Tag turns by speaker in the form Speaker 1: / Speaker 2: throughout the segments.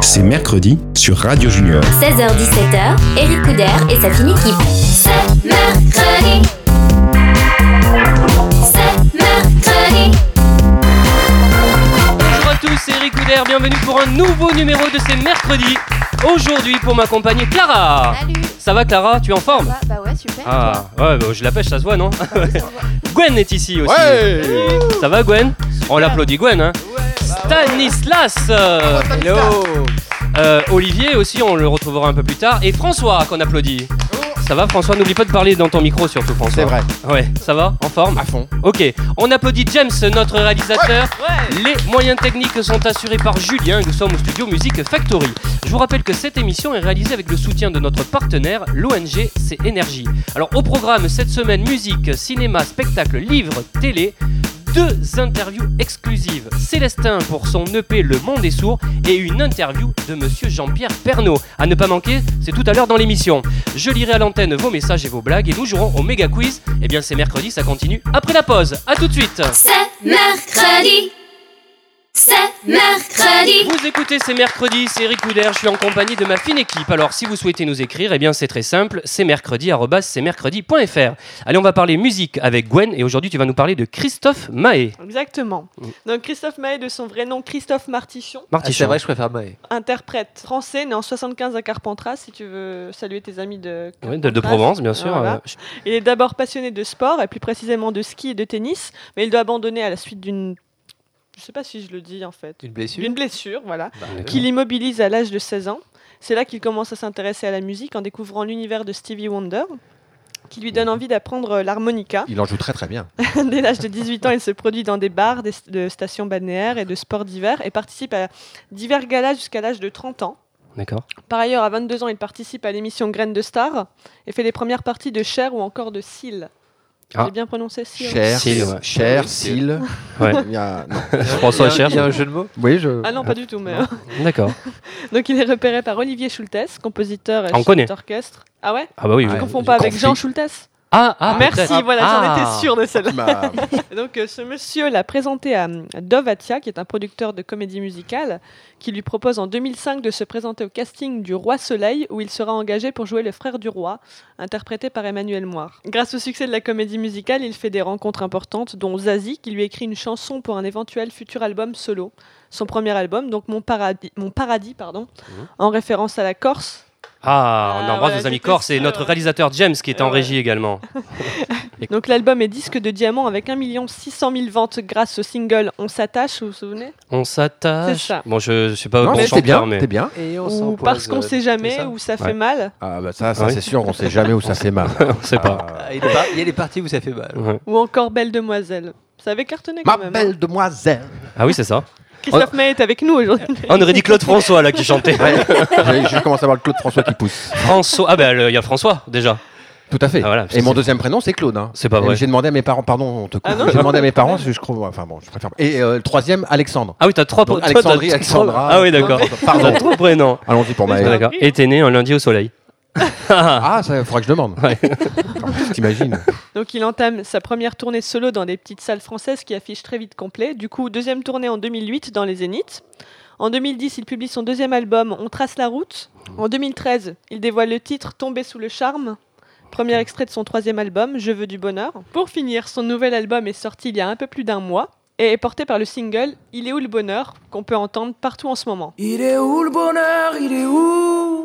Speaker 1: c'est mercredi sur Radio Junior.
Speaker 2: 16h-17h, Eric Couder et sa fine équipe. C'est mercredi. C'est mercredi.
Speaker 3: Bonjour à tous, c'est Eric Couder, bienvenue pour un nouveau numéro de ces mercredis. Aujourd'hui, pour m'accompagner, Clara
Speaker 4: Salut
Speaker 3: Ça va Clara, tu es en forme
Speaker 4: Bah, bah ouais, super.
Speaker 3: Ah, ouais, bah, je la pêche, ça se voit, non Gwen est ici aussi.
Speaker 5: Ouais.
Speaker 3: Ça va Gwen On l'applaudit Gwen, hein Stanislas euh, Hello Euh, Olivier aussi, on le retrouvera un peu plus tard. Et François, qu'on applaudit. Ça va François N'oublie pas de parler dans ton micro surtout François.
Speaker 5: C'est vrai.
Speaker 3: Ouais, ça va En forme
Speaker 5: À fond.
Speaker 3: Ok, on applaudit James, notre réalisateur. Les moyens techniques sont assurés par Julien. Nous sommes au studio Music Factory. Je vous rappelle que cette émission est réalisée avec le soutien de notre partenaire, l'ONG C'est Énergie. Alors, au programme cette semaine, musique, cinéma, spectacle, livre, télé. Deux interviews exclusives. Célestin pour son EP Le Monde est sourd et une interview de monsieur Jean-Pierre Pernaud. À ne pas manquer, c'est tout à l'heure dans l'émission. Je lirai à l'antenne vos messages et vos blagues et nous jouerons au méga quiz. Eh bien, c'est mercredi, ça continue après la pause. À tout de suite.
Speaker 2: C'est mercredi. C'est mercredi.
Speaker 3: Vous écoutez, c'est mercredi, c'est Eric Couder, je suis en compagnie de ma fine équipe. Alors si vous souhaitez nous écrire, eh bien c'est très simple, c'est mercredi, arrobas, c'est mercredi.fr. Allez, on va parler musique avec Gwen et aujourd'hui tu vas nous parler de Christophe Mahé.
Speaker 6: Exactement. Donc Christophe Maé, de son vrai nom Christophe Martichon,
Speaker 3: Marty
Speaker 5: Ah, c'est
Speaker 3: Chan.
Speaker 5: vrai, je préfère Maë.
Speaker 6: interprète français, né en 75 à Carpentras, si tu veux saluer tes amis de
Speaker 3: Ouais, de, de Provence, bien sûr.
Speaker 6: Voilà.
Speaker 3: euh, je-
Speaker 6: Il est d'abord passionné de sport, et plus précisément de ski et de tennis, mais il doit abandonner à la suite d'une... Je sais pas si je le dis en fait.
Speaker 5: Une blessure
Speaker 6: D'une blessure, voilà,
Speaker 3: d'accord.
Speaker 6: qui l'immobilise à l'âge de 16 ans. C'est là qu'il commence à s'intéresser à la musique en découvrant l'univers de Stevie Wonder, qui lui donne envie d'apprendre euh, l'harmonica.
Speaker 5: Il en joue très très bien.
Speaker 6: Dès l'âge de 18 ans, il se produit dans des bars, des, de stations balnéaires et de sports d'hiver et participe à divers galas jusqu'à l'âge de 30 ans.
Speaker 3: D'accord.
Speaker 6: Par ailleurs, à 22 ans, il participe à l'émission Graines de Star et fait les premières parties de Cher ou encore de Seal.
Speaker 3: Ah.
Speaker 6: J'ai bien prononcé Seal
Speaker 5: Cher,
Speaker 3: Seal, ouais.
Speaker 5: cher, Seal.
Speaker 3: Ouais.
Speaker 5: Il y a- non. Il
Speaker 3: François
Speaker 5: y a-
Speaker 3: cher.
Speaker 5: Il y a un jeu de mots Oui, je.
Speaker 6: Ah non, pas du tout, mais...
Speaker 3: D'accord.
Speaker 6: Donc il est repéré par Olivier Schultes, compositeur et
Speaker 3: On connaît.
Speaker 6: chef d'orchestre. Ah ouais
Speaker 3: Ah bah oui. oui.
Speaker 6: Je
Speaker 5: Ouais,
Speaker 6: ne confonds
Speaker 5: j'ai
Speaker 6: pas avec
Speaker 5: compris.
Speaker 6: Jean Schultes
Speaker 3: Ah, ah, peut-être.
Speaker 6: Merci, voilà, j'en
Speaker 3: Ah.
Speaker 6: étais sûre de celle-là.
Speaker 5: Bah,
Speaker 6: Donc euh, ce monsieur l'a présenté à hum, Dov Atia, qui est un producteur de comédie musicale, qui lui propose en 2005 de se présenter au casting du Roi Soleil, où il sera engagé pour jouer le frère du roi, interprété par Emmanuel Moir. Grâce au succès de la comédie musicale, il fait des rencontres importantes, dont Zazie, qui lui écrit une chanson pour un éventuel futur album solo. Son premier album, donc Mon Paradis, Mon Paradis pardon,
Speaker 3: Mhm.
Speaker 6: en référence à la Corse,
Speaker 3: Ah, on
Speaker 6: Ah,
Speaker 3: embrasse
Speaker 6: voilà,
Speaker 3: nos amis
Speaker 6: j'étais
Speaker 3: corses et
Speaker 6: sûre.
Speaker 3: notre réalisateur James qui est en
Speaker 6: Ouais.
Speaker 3: régie également.
Speaker 6: Donc l'album est disque de diamant avec 1 600 000 ventes grâce au single On s'attache, vous vous souvenez
Speaker 3: On s'attache.
Speaker 6: C'est ça.
Speaker 3: Bon, je, je suis pas
Speaker 5: non,
Speaker 3: bon
Speaker 5: mais t'es
Speaker 3: chanteur,
Speaker 5: bien,
Speaker 3: mais
Speaker 5: t'es bien.
Speaker 6: Ou parce qu'on sait jamais,
Speaker 5: ça.
Speaker 6: ou ça fait
Speaker 3: Ouais.
Speaker 6: mal,
Speaker 5: Ah bah ça, ça
Speaker 3: Oui.
Speaker 5: c'est sûr, on sait jamais où ça fait mal.
Speaker 3: on sait pas.
Speaker 5: Ah,
Speaker 7: Il y a des par- il y a des parties où ça fait mal.
Speaker 3: Ouais.
Speaker 6: ou encore Belle Demoiselle. Ça avait cartonné quand
Speaker 5: Ma
Speaker 6: même. hein.
Speaker 5: belle demoiselle.
Speaker 3: Ah oui, c'est ça.
Speaker 6: Christophe May est avec nous aujourd'hui.
Speaker 3: On aurait dit Claude François là qui chantait.
Speaker 5: J'ai- je commence à voir le Claude François qui pousse.
Speaker 3: François. Ah ben il y a François déjà.
Speaker 5: Tout à fait.
Speaker 3: Ah, voilà, parce
Speaker 5: Et
Speaker 3: que
Speaker 5: mon
Speaker 3: c'est-
Speaker 5: deuxième prénom, c'est Claude. hein.
Speaker 3: C'est pas
Speaker 5: Et
Speaker 3: vrai.
Speaker 5: J'ai demandé à mes parents, pardon, on te coupe.
Speaker 6: Ah non
Speaker 5: J'ai demandé à mes parents, parce que je crois. Enfin bon, je préfère. Et euh, le troisième, Alexandre.
Speaker 3: Ah oui, t'as trois
Speaker 5: Donc,
Speaker 3: pr- toi, t'as
Speaker 5: Alexandrie,
Speaker 3: trois-
Speaker 5: Alexandra.
Speaker 3: Ah oui, d'accord. T'as
Speaker 5: Pardon.
Speaker 3: trois prénoms.
Speaker 5: Allons-y pour
Speaker 3: Ah,
Speaker 5: Maë.
Speaker 3: D'accord. Et t'es né un lundi au soleil.
Speaker 5: Ah, ça faudra que je demande.
Speaker 3: Ouais.
Speaker 5: T'imagines
Speaker 6: Donc il entame sa première tournée solo dans des petites salles françaises qui affichent très vite complet. Du coup, deuxième tournée en 2008 dans les Zéniths. En 2010, il publie son deuxième album On trace la route. En 2013, il dévoile le titre Tombé sous le charme. Premier extrait de son troisième album, Je veux du bonheur. Pour finir, son nouvel album est sorti il y a un peu plus d'un mois et est porté par le single Il est où le bonheur qu'on peut entendre partout en ce moment.
Speaker 8: Il est où le bonheur Il est où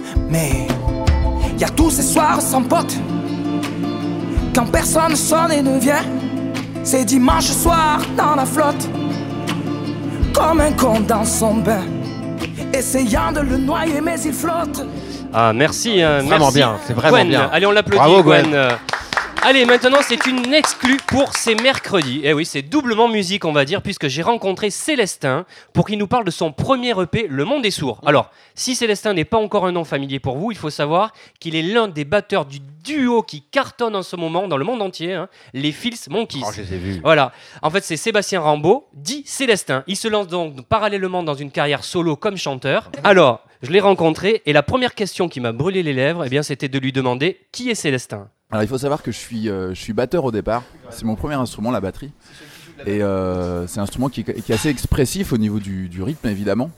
Speaker 8: mais y a tous ces soirs sans pote. Quand personne sonne et ne vient, c'est dimanche soir dans la flotte. Comme un con dans son bain, essayant de le noyer, mais il flotte.
Speaker 3: Ah merci, euh,
Speaker 5: Vraiment
Speaker 3: merci.
Speaker 5: bien, c'est vraiment
Speaker 3: Gwen.
Speaker 5: bien.
Speaker 3: Allez, on l'applaudit
Speaker 5: Bravo,
Speaker 3: Gwen.
Speaker 5: Gwen.
Speaker 3: Euh, Allez, maintenant c'est une exclue pour ces mercredis. Et oui, c'est doublement musique, on va dire, puisque j'ai rencontré Célestin pour qu'il nous parle de son premier EP, Le Monde est sourd. Alors, si Célestin n'est pas encore un nom familier pour vous, il faut savoir qu'il est l'un des batteurs du duo qui cartonne en ce moment dans le monde entier, hein, les Fils Monkeys.
Speaker 5: Oh, je les ai vus.
Speaker 3: Voilà. En fait, c'est Sébastien Rambaud, dit Célestin. Il se lance donc parallèlement dans une carrière solo comme chanteur. Alors, je l'ai rencontré et la première question qui m'a brûlé les lèvres, eh bien, c'était de lui demander qui est Célestin.
Speaker 4: Alors il faut savoir que je suis, euh, je suis batteur au départ. C'est mon premier instrument, la batterie. Et euh, c'est un instrument qui, est- qui est assez expressif au niveau du, du rythme, évidemment.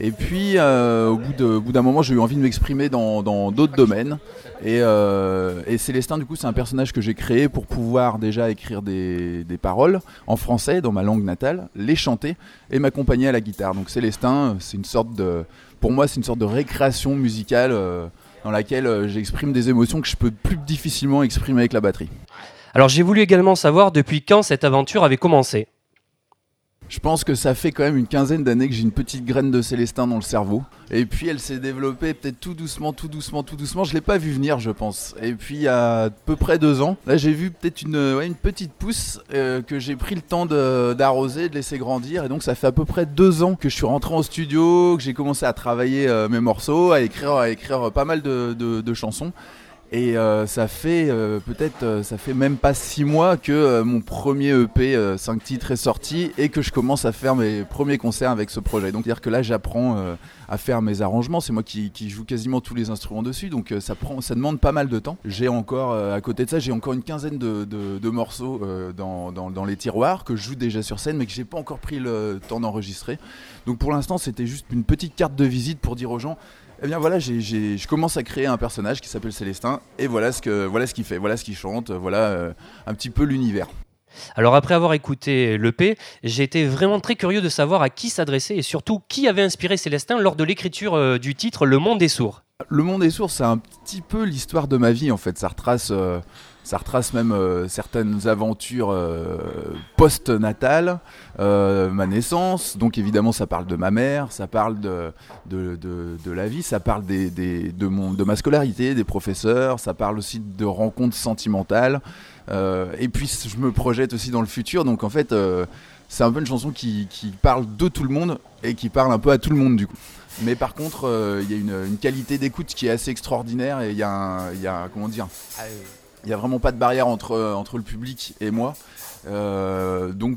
Speaker 4: Et puis, euh, au bout de- au bout d'un moment, j'ai eu envie de m'exprimer dans dans d'autres domaines. Et, euh, et Célestin, du coup, c'est un personnage que j'ai créé pour pouvoir déjà écrire des, des paroles en français, dans ma langue natale, les chanter et m'accompagner à la guitare. Donc Célestin, c'est une sorte de... Pour moi, c'est une sorte de récréation musicale euh, dans laquelle euh, j'exprime des émotions que je peux plus difficilement exprimer avec la batterie.
Speaker 3: Alors j'ai voulu également savoir depuis quand cette aventure avait commencé.
Speaker 4: Je pense que ça fait quand même une quinzaine d'années que j'ai une petite graine de Célestin dans le cerveau. Et puis elle s'est développée peut-être tout doucement, tout doucement, tout doucement. Je l'ai pas vu venir, je pense. Et puis il y a à peu près deux ans, là j'ai vu peut-être une, euh, ouais, une petite pousse euh, que j'ai pris le temps de- d'arroser, de laisser grandir. Et donc ça fait à peu près deux ans que je suis rentré en studio, que j'ai commencé à travailler euh, mes morceaux, à écrire, à écrire pas mal de- de- de chansons. Et euh, ça fait euh, peut-être, euh, ça fait même pas six mois que euh, mon premier EP 5 titres est sorti et que je commence à faire mes premiers concerts avec ce projet. Donc, c'est-à-dire que là, j'apprends euh, à faire mes arrangements. C'est moi qui, qui joue quasiment tous les instruments dessus, donc euh, ça prend, ça demande pas mal de temps. J'ai encore, euh, à côté de ça, j'ai encore une quinzaine de, de- de morceaux euh, dans, dans- dans les tiroirs que je joue déjà sur scène, mais que j'ai pas encore pris le temps d'enregistrer. Donc, pour l'instant, c'était juste une petite carte de visite pour dire aux gens eh bien voilà, j'ai- j'ai- je commence à créer un personnage qui s'appelle Célestin, et voilà ce que voilà ce qu'il fait, voilà ce qu'il chante, voilà euh, un petit peu l'univers.
Speaker 3: Alors après avoir écouté l'EP, j'ai été vraiment très curieux de savoir à qui s'adresser et surtout qui avait inspiré Célestin lors de l'écriture euh, du titre Le Monde est sourd.
Speaker 4: Le monde est sourd, c'est un petit peu l'histoire de ma vie en fait. Ça retrace, euh, ça retrace même euh, certaines aventures euh, post-natales, euh, ma naissance. Donc évidemment, ça parle de ma mère, ça parle de, de, de- de la vie, ça parle des, des- de, mon, de ma scolarité, des professeurs, ça parle aussi de rencontres sentimentales. Euh, et puis je me projette aussi dans le futur. Donc en fait, euh, c'est un peu une chanson qui, qui parle de tout le monde et qui parle un peu à tout le monde du coup. Mais par contre, euh, il y a une, une qualité d'écoute qui est assez extraordinaire et il y a, un- il y a un- comment dire, il y a vraiment pas de barrière entre, euh, entre le public et moi. Euh, donc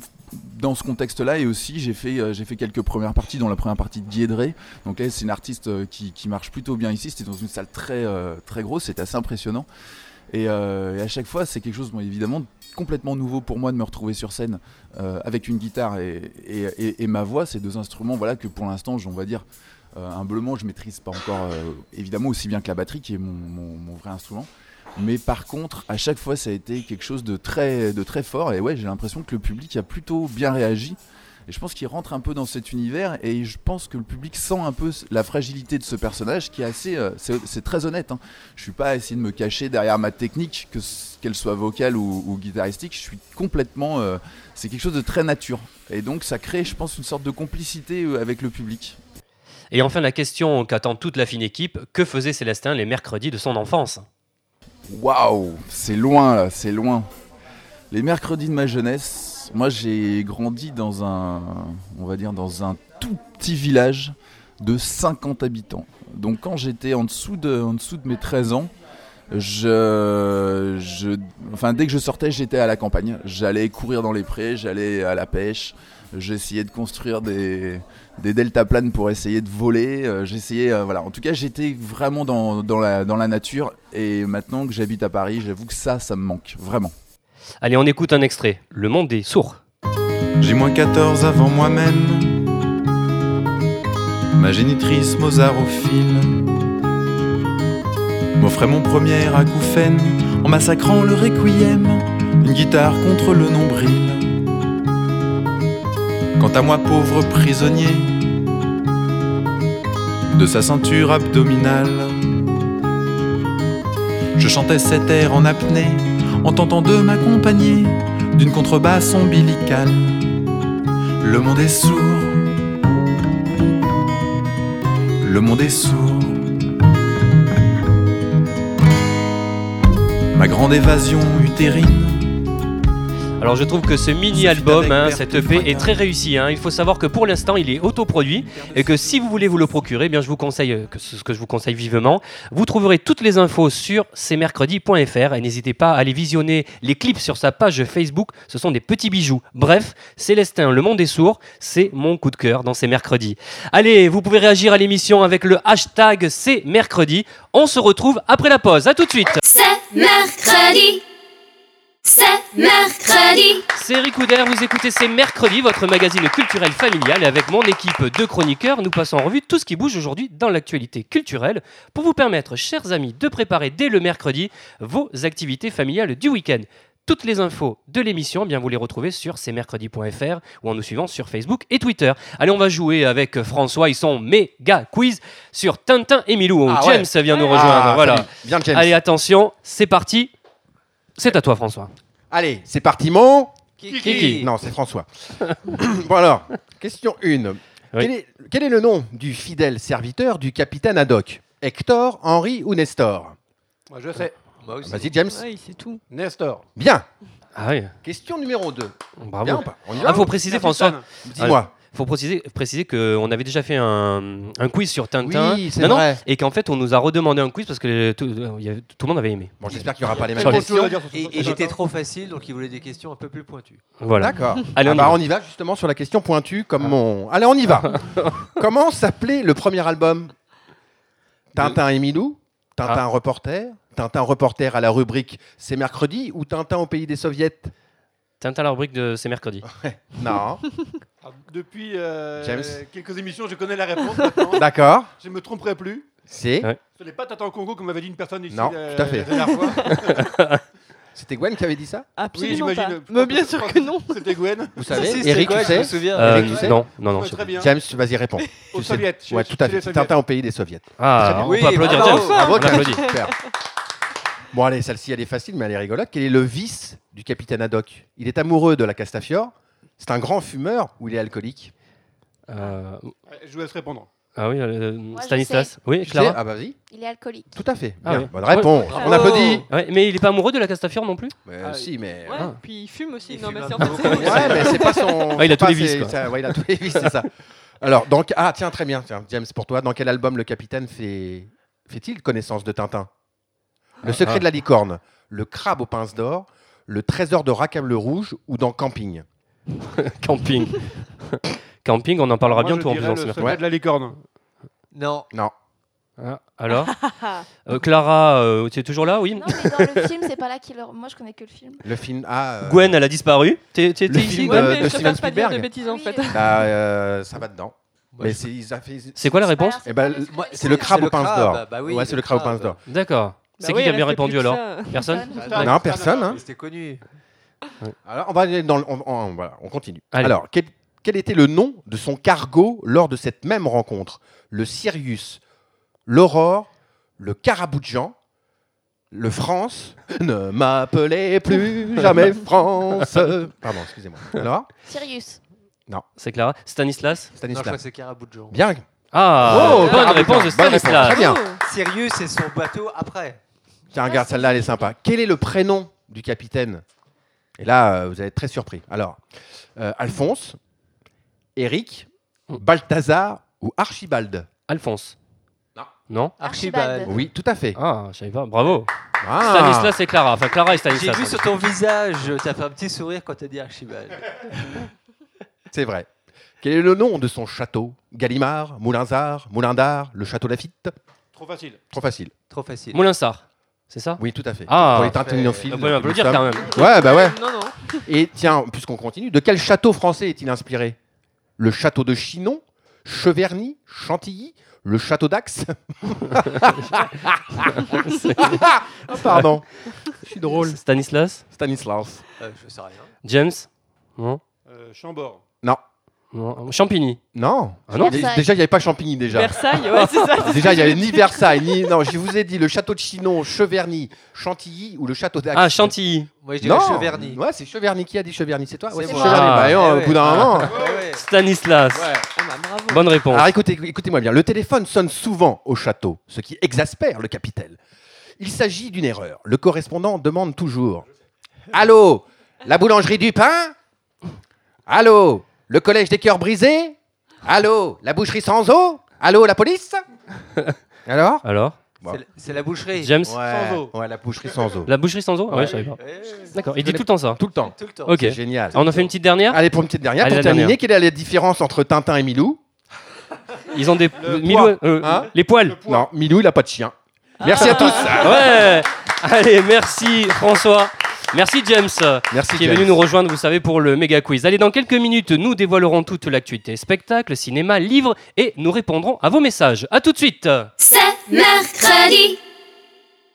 Speaker 4: dans ce contexte-là et aussi j'ai fait, euh, j'ai fait quelques premières parties, dont la première partie de Guédré. Donc là c'est une artiste euh, qui, qui marche plutôt bien ici, c'était dans une salle très, euh, très grosse, c'était assez impressionnant. Et, euh, et à chaque fois c'est quelque chose bon, évidemment complètement nouveau pour moi de me retrouver sur scène euh, avec une guitare et, et- et- et ma voix, ces deux instruments voilà, que pour l'instant on va dire euh, humblement, je maîtrise pas encore euh, évidemment aussi bien que la batterie, qui est mon, mon- mon vrai instrument. Mais par contre, à chaque fois, ça a été quelque chose de très, de très fort. Et ouais, j'ai l'impression que le public a plutôt bien réagi. Et je pense qu'il rentre un peu dans cet univers. Et je pense que le public sent un peu la fragilité de ce personnage, qui est assez, euh, c'est c'est très honnête. hein. Je suis pas à essayer de me cacher derrière ma technique, que ce- qu'elle soit vocale ou, ou guitaristique. Je suis complètement, euh, c'est quelque chose de très nature. Et donc, ça crée, je pense, une sorte de complicité euh, avec le public.
Speaker 3: Et enfin la question qu'attend toute la fine équipe, que faisait Célestin les mercredis de son enfance
Speaker 4: Waouh, c'est loin là, c'est loin. Les mercredis de ma jeunesse, moi j'ai grandi dans un, on va dire dans un tout petit village de 50 habitants. Donc quand j'étais en dessous de, en dessous de mes 13 ans, je, je, enfin dès que je sortais, j'étais à la campagne. J'allais courir dans les prés, j'allais à la pêche, j'essayais de construire des, des deltaplanes pour essayer de voler. euh, J'essayais, euh, voilà. En tout cas, j'étais vraiment dans, dans, la, dans la nature. Et maintenant que j'habite à Paris, j'avoue que ça, ça me manque vraiment.
Speaker 3: Allez, on écoute un extrait. Le Monde est sourd.
Speaker 9: J'ai moins 14 avant moi-même. Ma génitrice mosarophile m'offrait mon premier acouphène en massacrant le requiem, une guitare contre le nombril. Quant à moi, pauvre prisonnier de sa ceinture abdominale, je chantais cet air en apnée en tentant de m'accompagner d'une contrebasse ombilicale. Le monde est sourd. Le monde est sourd. Ma ma grande évasion utérine.
Speaker 3: Alors je trouve que ce mini-album, hein, cette EP, est très réussi. hein. Il faut savoir que pour l'instant, il est autoproduit et que si vous voulez vous le procurer, eh bien je vous conseille, euh, que ce ce que je vous conseille vivement, vous trouverez toutes les infos sur cmercredi.fr et n'hésitez pas à aller visionner les clips sur sa page Facebook. Ce sont des petits bijoux. Bref, Célestin, le monde est sourd, c'est mon coup de cœur dans ces mercredis. Allez, vous pouvez réagir à l'émission avec le hashtag c'est mercredi. On se retrouve après la pause. À tout de suite.
Speaker 2: C'est mercredi. C'est mercredi.
Speaker 3: C'est Ricoudère, vous écoutez C'est Mercredi, votre magazine culturel familial. Et avec mon équipe de chroniqueurs, nous passons en revue tout ce qui bouge aujourd'hui dans l'actualité culturelle pour vous permettre, chers amis, de préparer dès le mercredi vos activités familiales du week-end. Toutes les infos de l'émission, eh bien vous les retrouvez sur cmercredi.fr ou en nous suivant sur Facebook et Twitter. Allez, on va jouer avec François, ils sont méga quiz sur Tintin et Milou. Oh,
Speaker 5: Ah ouais.
Speaker 3: James vient nous rejoindre,
Speaker 5: Ah,
Speaker 3: voilà.
Speaker 5: salut. Bien, James.
Speaker 3: Allez, attention, c'est parti. C'est à toi, François.
Speaker 5: Allez, c'est parti, mon.
Speaker 3: Kiki.
Speaker 5: Non, c'est François. bon alors, question 1. Quel, est, quel est le nom du fidèle serviteur du capitaine Haddock Hector, Henri ou Nestor
Speaker 7: Moi, je sais. Moi aussi.
Speaker 5: Vas-y, James.
Speaker 6: Ouais, Bah c'est tout.
Speaker 7: Nestor.
Speaker 5: Bien.
Speaker 3: Ah oui,
Speaker 5: Question numéro 2.
Speaker 3: bravo.
Speaker 5: Bien ou pas On y
Speaker 3: Ah,
Speaker 5: va
Speaker 3: faut préciser, François. Euh,
Speaker 7: Capitaine.
Speaker 5: Dis-moi.
Speaker 3: faut préciser, préciser qu'on avait déjà fait un, un quiz sur Tintin.
Speaker 5: Oui, c'est
Speaker 3: Non, non,
Speaker 5: vrai.
Speaker 3: et qu'en fait, on nous a redemandé un quiz parce que euh, tout, euh, il y avait- tout le monde avait aimé.
Speaker 5: Bon, j'espère qu'il n'y aura pas les mêmes
Speaker 3: Sur les-
Speaker 5: questions.
Speaker 7: Et, et j'étais trop facile, donc il voulait des questions un peu plus pointues.
Speaker 3: Voilà.
Speaker 5: D'accord.
Speaker 3: Allez,
Speaker 5: Ah
Speaker 3: on y
Speaker 5: bah,
Speaker 3: va.
Speaker 5: on y va justement sur la question pointue comme mon. Allez, on y va. Comment s'appelait le premier album Tintin et Milou Tintin
Speaker 3: Ah.
Speaker 5: reporter Tintin reporter à la rubrique C'est mercredi ou Tintin au pays des soviets
Speaker 3: Tintin la rubrique de C'est mercredi.
Speaker 5: Non.
Speaker 10: Depuis euh,
Speaker 5: James.
Speaker 10: quelques émissions, je connais la réponse. maintenant.
Speaker 5: D'accord.
Speaker 10: je ne me tromperai plus.
Speaker 5: C'est
Speaker 3: Ouais.
Speaker 10: Ce n'est pas Tata en Congo, comme m'avait dit une personne ici
Speaker 5: Non,
Speaker 10: la,
Speaker 5: tout à fait.
Speaker 10: la dernière fois.
Speaker 5: C'était Gwen qui avait dit ça
Speaker 6: Absolument
Speaker 10: Oui,
Speaker 6: pas.
Speaker 10: j'imagine.
Speaker 6: Mais bien sûr que non.
Speaker 10: C'était Gwen.
Speaker 5: Vous
Speaker 7: Si,
Speaker 5: savez
Speaker 7: si,
Speaker 5: Eric, tu
Speaker 7: c'est quoi, Je
Speaker 5: sais
Speaker 7: me souviens.
Speaker 3: Euh,
Speaker 5: Eric, tu sais
Speaker 3: non, non, non. je sais
Speaker 10: Très
Speaker 3: pas.
Speaker 10: bien.
Speaker 5: James, vas-y réponds.
Speaker 10: Au
Speaker 5: tu sais.
Speaker 10: soviet.
Speaker 5: Ouais, tout à fait. Tintin au pays des soviets.
Speaker 3: Ah, on
Speaker 7: Oui,
Speaker 3: peut applaudir.
Speaker 7: bravo.
Speaker 3: James.
Speaker 5: Bravo,
Speaker 3: on
Speaker 5: James.
Speaker 3: applaudit.
Speaker 5: Super. Bon, allez, celle-ci, elle est facile, mais elle est rigolote. Quel est le vice du capitaine Haddock Il est amoureux de la Castafiore. C'est un grand fumeur ou il est alcoolique
Speaker 3: Euh,
Speaker 10: Je vous laisse répondre.
Speaker 3: ah oui, euh,
Speaker 2: je
Speaker 3: Stanislas. Oui,
Speaker 5: Tu
Speaker 3: Clara.
Speaker 5: sais Ah, bah vas-y.
Speaker 2: Il est alcoolique.
Speaker 5: Tout à fait.
Speaker 3: Ah
Speaker 5: Bien.
Speaker 3: oui.
Speaker 5: Bonne réponse.
Speaker 7: Ouais.
Speaker 5: On applaudit.
Speaker 3: Ouais, mais il est pas amoureux de la Castafiore non plus
Speaker 5: Mais,
Speaker 10: Ah,
Speaker 5: Euh, si, mais.
Speaker 6: Ouais,
Speaker 5: Ouais,
Speaker 6: puis il fume aussi.
Speaker 7: Il
Speaker 6: non,
Speaker 7: fume
Speaker 6: mais
Speaker 7: un
Speaker 6: c'est en
Speaker 7: peu.
Speaker 6: fait, c'est-
Speaker 5: mais c'est pas son.
Speaker 3: Ouais, Ah, il a
Speaker 5: c'est
Speaker 3: tous
Speaker 5: pas
Speaker 3: les vices,
Speaker 5: ses-
Speaker 3: quoi.
Speaker 5: sa- ouais, il a tous les vices, c'est ça. Alors, donc, ah, tiens, très bien. Tiens, James, pour toi, dans quel album le capitaine fait... fait-il connaissance de Tintin
Speaker 3: Ah,
Speaker 5: Le secret de la licorne, Le crabe aux pinces d'or, Le trésor de Rackham le Rouge ou dans Camping
Speaker 3: Camping. Camping, on en parlera
Speaker 10: Moi, je
Speaker 3: bientôt en
Speaker 10: dirais
Speaker 3: plus dans
Speaker 10: le
Speaker 3: ce mercredi.
Speaker 10: secret de la licorne.
Speaker 7: Non.
Speaker 5: Non.
Speaker 3: Ah, alors Euh, Clara, euh, tu es toujours là Oui
Speaker 11: Non, mais dans le film, c'est pas là qu'il. leur- Moi, je connais que le film.
Speaker 5: Le film. Ah, euh,
Speaker 3: Gwen, elle a disparu. T'es t'es-
Speaker 5: Le
Speaker 3: t'es
Speaker 5: film
Speaker 3: ici,
Speaker 5: de-
Speaker 3: Gwen
Speaker 6: Ouais, mais
Speaker 5: de
Speaker 6: je te
Speaker 5: Steven
Speaker 6: fasse pas dire de
Speaker 5: Spielberg.
Speaker 6: bêtises en
Speaker 11: Oui,
Speaker 6: fait.
Speaker 11: je-
Speaker 5: bah, euh, ça va dedans.
Speaker 7: Moi,
Speaker 5: Mais
Speaker 7: je-
Speaker 5: c'est, ils a fait-
Speaker 3: C'est quoi la
Speaker 11: Bah, alors,
Speaker 3: réponse
Speaker 11: c'est
Speaker 5: Eh
Speaker 11: pas
Speaker 5: ben,
Speaker 11: le
Speaker 5: le-
Speaker 11: secret
Speaker 5: moi,
Speaker 11: de
Speaker 5: c'est le
Speaker 11: la-
Speaker 5: crabe
Speaker 7: C'est
Speaker 5: aux
Speaker 7: le
Speaker 5: pinces
Speaker 7: crabe,
Speaker 5: d'or.
Speaker 7: bah oui,
Speaker 5: ouais,
Speaker 7: le
Speaker 5: c'est le crabe aux
Speaker 7: crabe.
Speaker 5: pinces d'or.
Speaker 3: D'accord.
Speaker 6: Bah
Speaker 3: C'est
Speaker 6: oui,
Speaker 3: qui qui a
Speaker 6: il
Speaker 3: bien
Speaker 6: reste plus
Speaker 3: répondu
Speaker 6: que
Speaker 3: alors
Speaker 6: ça.
Speaker 3: Personne
Speaker 10: Ouais.
Speaker 5: Non, personne. hein.
Speaker 7: C'était connu.
Speaker 5: Alors, on va aller dans le- on, on- voilà, on continue.
Speaker 3: Allez.
Speaker 5: Alors, quel, quel était le nom de son cargo lors de cette même rencontre Le Sirius, l'Aurore, le Caraboujan, le France. Ne m'appelez plus jamais France. Pardon, excusez-moi. Alors,
Speaker 11: Sirius.
Speaker 3: C'est Clara. Stanislas
Speaker 7: Non, je crois que
Speaker 5: Stanislas.
Speaker 7: c'est Caraboujon.
Speaker 5: Bien.
Speaker 3: Ah,
Speaker 5: Oh,
Speaker 3: bonne
Speaker 5: Caraboujan.
Speaker 3: réponse de
Speaker 5: Bonne réponse.
Speaker 3: Stanislas.
Speaker 5: Très bien.
Speaker 6: Oh.
Speaker 7: Sirius, c'est son bateau après.
Speaker 5: Tiens, regarde, celle-là, elle est sympa. Quel est le prénom du capitaine Et là, euh, vous allez être très surpris. Alors, euh, Alphonse, Eric, Balthazar ou Archibald
Speaker 3: Mm. Alphonse.
Speaker 5: Non.
Speaker 3: Non
Speaker 11: Archibald.
Speaker 5: Oui, tout à fait.
Speaker 3: Ah, je savais pas. Bravo.
Speaker 5: Ah.
Speaker 3: Stanislas et Clara. Enfin, Clara et
Speaker 7: J'ai
Speaker 3: Stanislas. hein.
Speaker 7: vu sur ton visage, t'as fait un petit sourire quand t'as dit Archibald.
Speaker 5: C'est vrai. Quel est le nom de son château Gallimard, Moulinsard, Moulin d'Ar, le château Lafitte
Speaker 10: Trop facile.
Speaker 5: Trop facile.
Speaker 7: Trop facile.
Speaker 3: Moulinsart. C'est ça
Speaker 5: Oui, tout à fait.
Speaker 3: Ah.
Speaker 5: Pour les tintinnophiles,
Speaker 3: On peut
Speaker 5: nous
Speaker 3: applaudir
Speaker 5: sommes-
Speaker 3: quand même.
Speaker 5: Ouais, bah ouais.
Speaker 6: Non, non.
Speaker 5: Et tiens, puisqu'on continue, de quel château français est-il inspiré Le château de Chinon, Cheverny, Chantilly, le château d'Axe Ah, Pardon. Je suis drôle.
Speaker 3: Stanislas
Speaker 5: Stanislas.
Speaker 7: Euh, je sais rien.
Speaker 3: James Non
Speaker 10: Euh, Chambord.
Speaker 5: Non.
Speaker 3: Non. Champigny
Speaker 5: Non.
Speaker 3: Ah non
Speaker 5: Dé-
Speaker 11: Versailles.
Speaker 5: Déjà, il n'y avait pas Champigny déjà.
Speaker 6: Versailles, ouais, c'est ça.
Speaker 5: Déjà, il n'y avait ni Versailles, ni. Non, je vous ai dit le château de Chinon, Cheverny, Chantilly ou le château d'Axe.
Speaker 3: Ah, Chantilly.
Speaker 7: Moi, je dirais
Speaker 5: Non.
Speaker 7: Cheverny.
Speaker 5: Ouais, c'est Cheverny. Qui a dit Cheverny C'est toi
Speaker 7: C'est
Speaker 5: Ouais,
Speaker 7: moi.
Speaker 5: Cheverny.
Speaker 3: Ah.
Speaker 5: Bah, eh,
Speaker 7: Eh
Speaker 5: au
Speaker 7: ouais.
Speaker 5: bout d'un moment.
Speaker 7: Ah ouais.
Speaker 3: Stanislas.
Speaker 7: Ah bah, bravo.
Speaker 3: Bonne réponse.
Speaker 5: Alors écoutez, écoutez-moi bien, le téléphone sonne souvent au château, ce qui exaspère le capitaine. Il s'agit d'une erreur. Le correspondant demande toujours Allô, la boulangerie du pain Allô, le collège des cœurs brisés Allô, la boucherie sans eau Allô, la police Alors
Speaker 3: Alors
Speaker 7: C'est la boucherie.
Speaker 3: James
Speaker 5: Ouais, ouais, la boucherie sans eau.
Speaker 3: La boucherie sans eau Ah Ouais, je savais pas. D'accord, il dit tout le temps ça.
Speaker 5: Tout le temps.
Speaker 7: Tout le temps.
Speaker 3: Ok.
Speaker 5: C'est génial.
Speaker 3: On en fait une petite dernière
Speaker 5: Allez, pour une petite dernière,
Speaker 3: Allez,
Speaker 5: pour
Speaker 3: la
Speaker 5: terminer,
Speaker 3: dernière.
Speaker 5: quelle est la différence entre Tintin et Milou
Speaker 3: Ils ont des.
Speaker 10: Le
Speaker 3: Milou-
Speaker 10: poids. Ah.
Speaker 3: euh,
Speaker 5: Hein
Speaker 3: les poils.
Speaker 5: Non, Milou, il a pas de chien. Merci à tous.
Speaker 3: Ah. Ouais Allez, merci François. Merci James.
Speaker 5: Merci
Speaker 3: qui est
Speaker 5: James.
Speaker 3: venu nous rejoindre, vous savez, pour le méga quiz. Allez, dans quelques minutes, nous dévoilerons toute l'actualité spectacle, cinéma, livre et nous répondrons à vos messages. À tout de suite.
Speaker 2: C'est mercredi.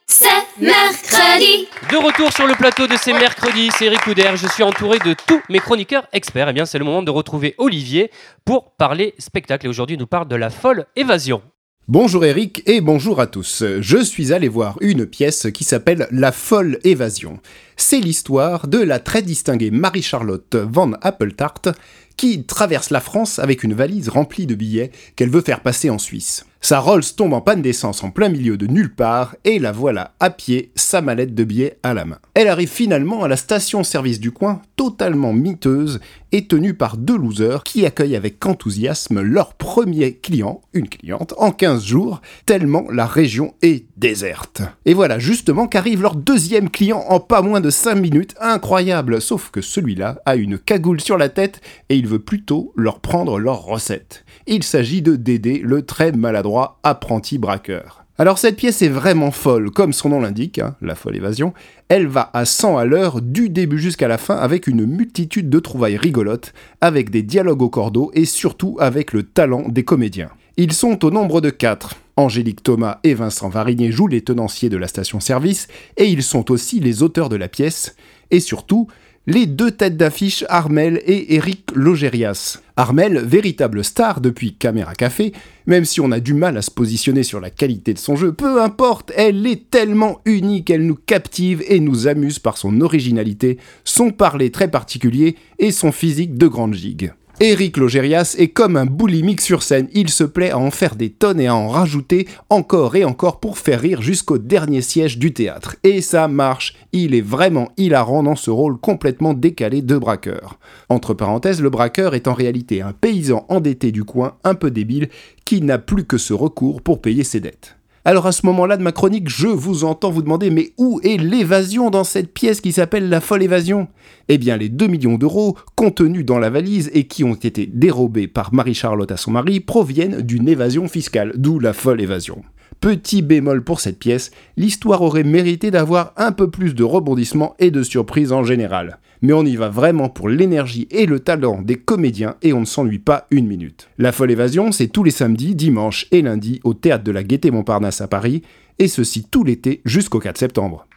Speaker 2: C'est mercredi.
Speaker 3: De retour sur le plateau de ces mercredis, c'est Eric Couder. Je suis entouré de tous mes chroniqueurs experts. Eh bien, c'est le moment de retrouver Olivier pour parler spectacle. Et aujourd'hui, il nous parle de la folle évasion.
Speaker 12: Bonjour Eric et bonjour à tous. Je suis allé voir une pièce qui s'appelle La folle évasion. C'est l'histoire de la très distinguée Marie-Charlotte Van Appletart qui traverse la France avec une valise remplie de billets qu'elle veut faire passer en Suisse. Sa Rolls tombe en panne d'essence en plein milieu de nulle part et la voilà à pied, sa mallette de billets à la main. Elle arrive finalement à la station-service du coin, totalement miteuse et tenue par deux losers qui accueillent avec enthousiasme leur premier client, une cliente, en 15 jours, tellement la région est déserte. Et voilà justement qu'arrive leur deuxième client en pas moins de 5 minutes, incroyable, sauf que celui-là a une cagoule sur la tête et il veut plutôt leur prendre leur recette. Il s'agit de Dédé, le très maladroit apprenti braqueur. Alors cette pièce est vraiment folle, comme son nom l'indique, hein, la folle évasion, elle va à 100 à l'heure du début jusqu'à la fin avec une multitude de trouvailles rigolotes, avec des dialogues au cordeau et surtout avec le talent des comédiens. Ils sont au nombre de 4. Angélique Thomas et Vincent Varigné jouent les tenanciers de la station-service et ils sont aussi les auteurs de la pièce, et surtout, les deux têtes d'affiche Armel et Eric Logérias. Armel, véritable star depuis Caméra Café, même si on a du mal à se positionner sur la qualité de son jeu, peu importe, elle est tellement unique, elle nous captive et nous amuse par son originalité, son parler très particulier et son physique de grande gigue. Eric Logérias est comme un boulimique sur scène, il se plaît à en faire des tonnes et à en rajouter encore et encore pour faire rire jusqu'au dernier siège du théâtre. Et ça marche, il est vraiment hilarant dans ce rôle complètement décalé de braqueur. Entre parenthèses, le braqueur est en réalité un paysan endetté du coin, un peu débile, qui n'a plus que ce recours pour payer ses dettes. Alors à ce moment-là de ma chronique, je vous entends vous demander mais où est l'évasion dans cette pièce qui s'appelle La folle évasion Eh bien les 2 millions d'euros contenus dans la valise et qui ont été dérobés par Marie-Charlotte à son mari proviennent d'une évasion fiscale, d'où la folle évasion. Petit bémol pour cette pièce, l'histoire aurait mérité d'avoir un peu plus de rebondissements et de surprises en général. Mais on y va vraiment pour l'énergie et le talent des comédiens et on ne s'ennuie pas une minute. La folle évasion, c'est tous les samedis, dimanches et lundis au théâtre de la Gaîté Montparnasse à Paris, et ceci tout l'été jusqu'au 4 septembre.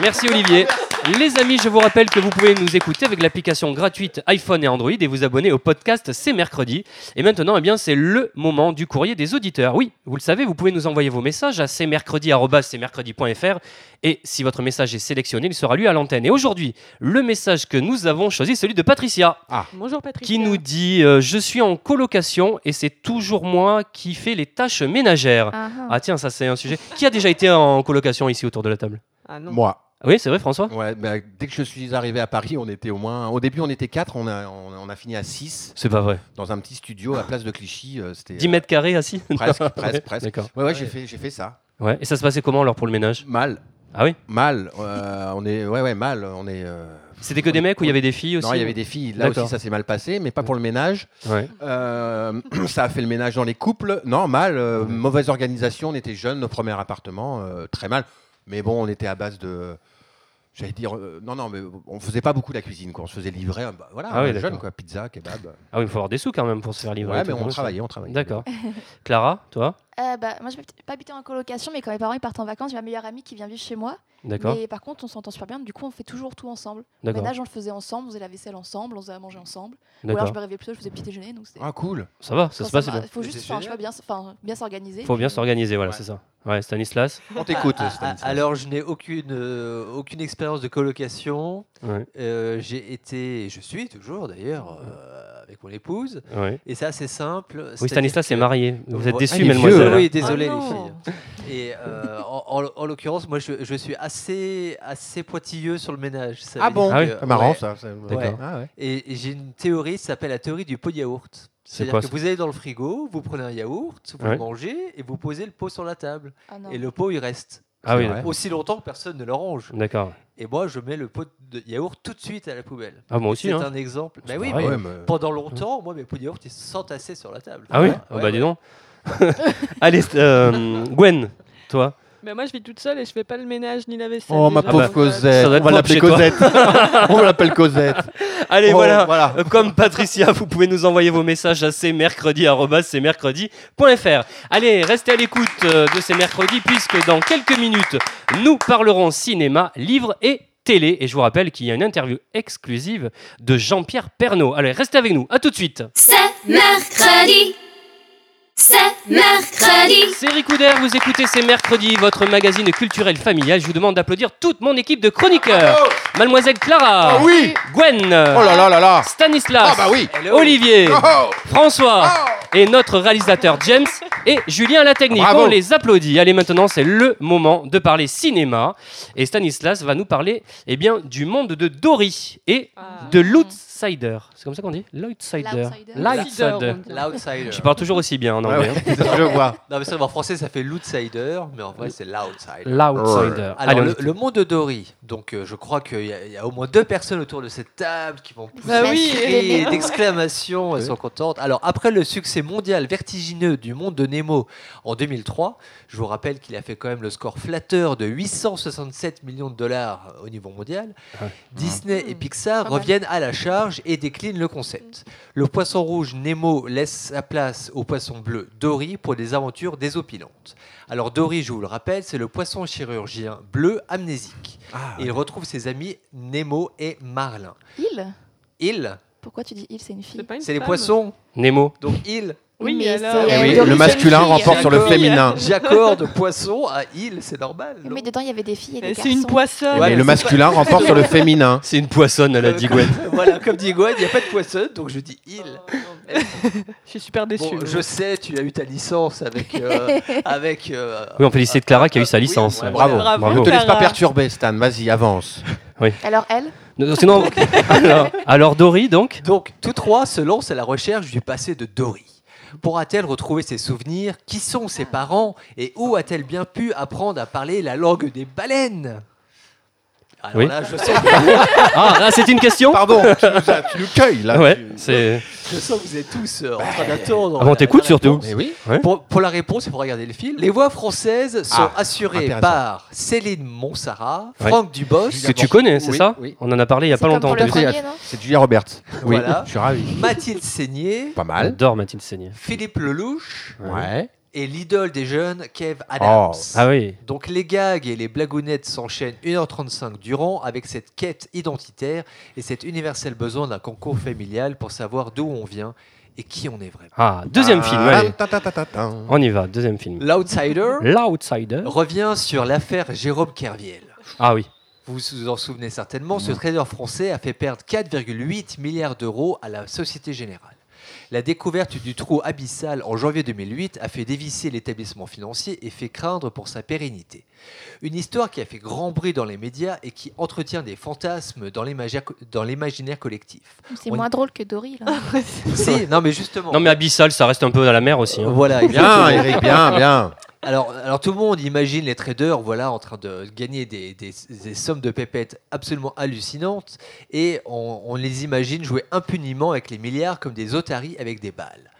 Speaker 3: Merci Olivier. Les amis, je vous rappelle que vous pouvez nous écouter avec l'application gratuite iPhone et Android et vous abonner au podcast C'est mercredi. Et maintenant, eh bien, c'est le moment du courrier des auditeurs. Oui, vous le savez, vous pouvez nous envoyer vos messages à cmercredi.fr et si votre message est sélectionné, il sera lu à l'antenne. Et aujourd'hui, le message que nous avons choisi, celui de Patricia
Speaker 6: Bonjour Patrick.
Speaker 3: qui nous dit euh, je suis en colocation et c'est toujours moi qui fais les tâches ménagères.
Speaker 11: Ah, ah.
Speaker 3: Ah tiens, ça c'est un sujet. Qui a déjà été en colocation ici autour de la table
Speaker 6: Ah non.
Speaker 5: Moi.
Speaker 3: Ah Oui, c'est vrai François
Speaker 5: Ouais, bah, dès que je suis arrivé à Paris, on était au moins. Au début, on était 4, on a, on, a- on a fini à 6
Speaker 3: C'est pas vrai.
Speaker 5: dans un petit studio à place de Clichy. euh, C'était
Speaker 3: 10 mètres carrés assis
Speaker 5: Presque,
Speaker 3: Non,
Speaker 5: presque,
Speaker 3: ouais,
Speaker 5: presque.
Speaker 3: D'accord.
Speaker 5: Ouais, ouais, j'ai fait, j'ai fait ça.
Speaker 3: Ouais. Et ça se passait comment alors pour le ménage
Speaker 5: Mal,
Speaker 3: Ah oui
Speaker 5: mal. euh, on est, ouais, ouais, mal. On est. euh,
Speaker 3: C'était que des mecs ou il y avait des filles aussi
Speaker 5: Non, il y avait des filles. Là
Speaker 3: D'accord.
Speaker 5: aussi, ça s'est mal passé, mais pas pour le ménage.
Speaker 3: Ouais.
Speaker 5: Euh, ça a fait le ménage dans les couples. Non, mal. euh, Mauvaise organisation. On était jeunes, nos premiers appartements, euh, très mal. Mais bon, on était à base de. J'allais dire. euh, non, non, mais on faisait pas beaucoup la cuisine, quoi. On se faisait livrer. euh, bah, voilà,
Speaker 3: Ah oui,
Speaker 5: jeune,
Speaker 3: d'accord.
Speaker 5: quoi. Pizza, kebab.
Speaker 3: Ah oui, il faut avoir des sous quand même pour se faire livrer.
Speaker 5: Ouais,
Speaker 3: et tout
Speaker 5: mais
Speaker 3: comme
Speaker 5: on
Speaker 3: ça.
Speaker 5: travaillait, on travaillait.
Speaker 3: D'accord. Clara, toi
Speaker 11: Euh, bah, moi, je n'ai pas habité en colocation, mais quand mes parents ils partent en vacances, j'ai ma meilleure amie qui vient vivre chez moi.
Speaker 3: D'accord.
Speaker 11: Mais par contre, on s'entend super bien, du coup, on fait toujours tout ensemble. Le
Speaker 3: D'accord.
Speaker 11: ménage, on le faisait ensemble, on faisait la vaisselle ensemble, on faisait à manger ensemble. Ou alors, je
Speaker 3: D'accord.
Speaker 11: me réveillais plus tôt, je faisais petit déjeuner. Donc c'était-
Speaker 5: Ah, cool.
Speaker 3: Ça va, ça
Speaker 11: Enfin,
Speaker 3: se passe
Speaker 11: ça
Speaker 3: bien.
Speaker 11: m'a- faut juste
Speaker 7: C'est
Speaker 11: enfin, je sais
Speaker 7: génial.
Speaker 11: pas, bien, s- enfin, bien s'organiser.
Speaker 3: Faut bien
Speaker 11: puis, euh,
Speaker 3: s'organiser, voilà,
Speaker 7: Ouais.
Speaker 3: c'est ça. Ouais, Stanislas.
Speaker 7: Ah, ah, ah, Alors, je n'ai aucune, euh, aucune expérience de colocation.
Speaker 3: Ouais.
Speaker 7: Euh, j'ai été, et je suis toujours d'ailleurs, euh, avec mon épouse.
Speaker 3: Ouais.
Speaker 7: Et ça, c'est simple.
Speaker 3: Oui,
Speaker 7: c'est-à-dire
Speaker 3: Stanislas
Speaker 7: que-
Speaker 3: est marié. Vous êtes
Speaker 7: Ah,
Speaker 3: déçu,
Speaker 7: les vieux,
Speaker 3: mademoiselle.
Speaker 7: Oui,
Speaker 3: Ah,
Speaker 7: désolé, les
Speaker 3: non.
Speaker 7: filles. Et euh, en, en- en l'occurrence, moi, je, je suis assez, assez pointilleux sur le ménage. Ça
Speaker 5: Ah
Speaker 7: veut
Speaker 5: bon
Speaker 7: dire
Speaker 5: Ah oui,
Speaker 7: que-
Speaker 5: marrant,
Speaker 7: ouais.
Speaker 5: ça, ça-
Speaker 7: Ouais.
Speaker 5: d'accord. Ah ouais.
Speaker 7: Et et j'ai une théorie, ça s'appelle la théorie du pot de yaourt. C'est-à-dire
Speaker 5: quoi,
Speaker 7: que
Speaker 5: ça
Speaker 7: vous allez dans le frigo, vous prenez un yaourt, vous
Speaker 3: Ouais.
Speaker 7: le mangez et vous posez le pot sur la table.
Speaker 11: Ah non.
Speaker 7: et le pot, il reste.
Speaker 3: Ah oui, d'accord.
Speaker 7: Aussi longtemps que personne ne le range.
Speaker 3: D'accord.
Speaker 7: Et moi, je mets le pot de yaourt tout de suite à la poubelle.
Speaker 3: Ah, moi aussi,
Speaker 7: C'est
Speaker 3: hein.
Speaker 7: un exemple.
Speaker 3: C'est
Speaker 7: Bah oui,
Speaker 3: pareil.
Speaker 7: mais
Speaker 3: Ouais, mais-
Speaker 7: pendant longtemps, moi, mes pots de yaourt, ils s'entassaient sur la table.
Speaker 3: Ah oui
Speaker 7: Ouais,
Speaker 3: Ah
Speaker 7: ouais,
Speaker 3: Bah, dis
Speaker 7: ouais.
Speaker 3: donc. Allez, euh, Gwen, toi.
Speaker 6: Mais Ben, moi, je vis toute seule et je fais pas le ménage ni la vaisselle.
Speaker 5: Oh,
Speaker 6: ni
Speaker 5: ma
Speaker 6: le-
Speaker 5: pauvre
Speaker 6: donc, euh,
Speaker 5: Cosette.
Speaker 3: Ça doit être
Speaker 5: On va l'appeler
Speaker 3: propre chez toi.
Speaker 5: Cosette. On l'appelle Cosette.
Speaker 3: Allez,
Speaker 5: Oh,
Speaker 3: voilà.
Speaker 5: voilà.
Speaker 3: Euh, Comme Patricia, vous pouvez nous envoyer vos messages à cmercredi.fr. Allez, restez à l'écoute euh, de ces mercredis, puisque dans quelques minutes, nous parlerons cinéma, livres et télé. Et je vous rappelle qu'il y a une interview exclusive de Jean-Pierre Pernaud. Allez, restez avec nous. À tout de suite.
Speaker 2: C'est mercredi. C'est mercredi.
Speaker 3: C'est Ricoudère, vous écoutez C'est Mercredi, votre magazine culturel familial. Je vous demande d'applaudir toute mon équipe de chroniqueurs. Mademoiselle
Speaker 5: Ah
Speaker 3: Clara.
Speaker 5: oui.
Speaker 3: Gwen.
Speaker 5: Oh là là là là.
Speaker 3: Stanislas.
Speaker 5: Ah bah oui. Hello.
Speaker 3: Olivier.
Speaker 5: Oh.
Speaker 3: François. Et notre réalisateur James et Julien à la technique.
Speaker 5: Bravo.
Speaker 3: On les applaudit. Allez, maintenant, c'est le moment de parler cinéma. Et Stanislas va nous parler eh bien, du monde de Dory et de l'Outsider. C'est comme ça qu'on dit L'Outsider.
Speaker 7: L'outsider.
Speaker 3: L'Outsider.
Speaker 7: L'outsider.
Speaker 3: Je parle toujours aussi bien en anglais. hein.
Speaker 7: Non, mais c'est vrai, en français, ça fait l'outsider, mais en vrai, c'est l'outsider.
Speaker 3: L'outsider.
Speaker 7: Alors,
Speaker 3: Allez, on
Speaker 7: le,
Speaker 3: écoute.
Speaker 7: le monde de Dory. Donc, euh, je crois qu'il y, a- il y a au moins deux personnes autour de cette table qui vont pousser
Speaker 6: Bah oui.
Speaker 7: des cris d'exclamation. Elles sont contentes. Alors, après le succès mondial vertigineux du monde de Nemo en 2003, je vous rappelle qu'il a fait quand même le score flatteur de 867 millions de dollars au niveau mondial. Disney
Speaker 6: Ah.
Speaker 7: et Pixar reviennent à la charge et déclinent le concept. Le poisson rouge Nemo laisse sa place au poisson bleu Dory pour des aventures désopilantes. Alors Dory, je vous le rappelle, c'est le poisson chirurgien bleu amnésique. et il retrouve ses amis Nemo et Marlin.
Speaker 11: Il
Speaker 7: Ils,
Speaker 11: Pourquoi tu dis il C'est une fille.
Speaker 7: c'est les poissons.
Speaker 3: Nemo.
Speaker 7: Donc ils.
Speaker 11: Oui, mais
Speaker 7: mais
Speaker 11: alors-
Speaker 5: Eh oui, le masculin remporte sur le féminin.
Speaker 7: J'accorde poisson à il, c'est normal.
Speaker 11: Mais dedans, il y avait des filles et des garçons.
Speaker 6: C'est une poissonne.
Speaker 5: Mais le masculin remporte sur le féminin.
Speaker 3: C'est une poissonne, elle a dit Gwen.
Speaker 7: voilà, comme dit Gwen, il n'y a pas de poissonne, donc je dis il.
Speaker 6: Je suis super déçu.
Speaker 7: Bon, je sais, tu as eu ta licence avec. euh, avec euh,
Speaker 3: Oui, on félicite Clara qui a eu sa licence.
Speaker 7: ouais,
Speaker 5: Bravo.
Speaker 7: voilà.
Speaker 5: Ne te laisse pas perturber, Stan. Vas-y, avance.
Speaker 3: Oui.
Speaker 11: Alors elle
Speaker 3: Non, Sinon, alors, alors Dory, donc
Speaker 7: Donc, tous trois se lancent à la recherche du passé de Dory. Pourra-t-elle retrouver ses souvenirs Qui sont ses parents Et où a-t-elle bien pu apprendre à parler la langue des baleines Alors
Speaker 3: Oui.
Speaker 7: là, je sens,
Speaker 3: Ah, là, c'est une question
Speaker 5: Pardon, tu nous, as- tu nous cueilles là.
Speaker 3: Ouais,
Speaker 5: Tu-
Speaker 3: c'est.
Speaker 7: je sens que vous êtes tous euh, en train d'attendre.
Speaker 3: Ah bon,
Speaker 7: la-
Speaker 3: t'écoutes
Speaker 7: la
Speaker 3: surtout.
Speaker 7: réponse.
Speaker 5: Bah, Mais oui.
Speaker 3: Ouais.
Speaker 7: Pour, pour la réponse, il faut regarder le film. Les voix françaises sont
Speaker 5: Ah,
Speaker 7: assurées
Speaker 5: intéressant.
Speaker 7: par Céline Monsara,
Speaker 3: Ouais.
Speaker 7: Franck Dubos,
Speaker 3: Que tu connais, c'est
Speaker 7: Oui,
Speaker 3: ça
Speaker 7: oui.
Speaker 3: On en a parlé il n'y a pas
Speaker 11: comme
Speaker 3: longtemps.
Speaker 11: pour le
Speaker 3: en plus.
Speaker 11: premier, non
Speaker 5: C'est Julia Roberts. Oui,
Speaker 7: Voilà.
Speaker 5: je suis ravi.
Speaker 7: Mathilde Seigné,
Speaker 5: Pas
Speaker 3: Elle
Speaker 5: mal.
Speaker 3: adore Mathilde Seigné.
Speaker 7: Philippe Lelouch
Speaker 5: Ouais.
Speaker 7: et l'idole des jeunes, Kev Adams.
Speaker 5: Oh.
Speaker 3: Ah oui.
Speaker 7: Donc les gags et les blagounettes s'enchaînent 1h35 durant avec cette quête identitaire et cet universel besoin d'un concours familial pour savoir d'où on vient et qui on est vraiment.
Speaker 3: Ah, deuxième film, allez.
Speaker 5: Tan, tan, tan, tan, tan.
Speaker 3: On y va, deuxième film.
Speaker 7: L'Outsider
Speaker 3: L'Outsider.
Speaker 7: revient sur l'affaire Jérôme Kerviel.
Speaker 3: Ah oui. Mhm.
Speaker 7: Vous vous en souvenez certainement, ce trader français a fait perdre 4,8 milliards d'euros à la Société Générale. La découverte du trou abyssal en janvier 2008 a fait dévisser l'établissement financier et fait craindre pour sa pérennité. Une histoire qui a fait grand bruit dans les médias et qui entretient des fantasmes dans l'imagi- dans l'imaginaire collectif.
Speaker 11: C'est
Speaker 7: On-
Speaker 11: moins drôle que Dory, là.
Speaker 7: Si, non mais justement.
Speaker 3: Non, mais Abyssal, ça reste un peu dans la mer aussi.
Speaker 7: Euh,
Speaker 3: hein.
Speaker 7: Voilà,
Speaker 5: Bien,
Speaker 7: exactement.
Speaker 5: Eric, bien, bien.
Speaker 7: Alors, alors tout le monde imagine les traders voilà, en train de gagner des, des- des sommes de pépettes absolument hallucinantes et on, on les imagine jouer impuniment avec les milliards comme des otaries avec des balles.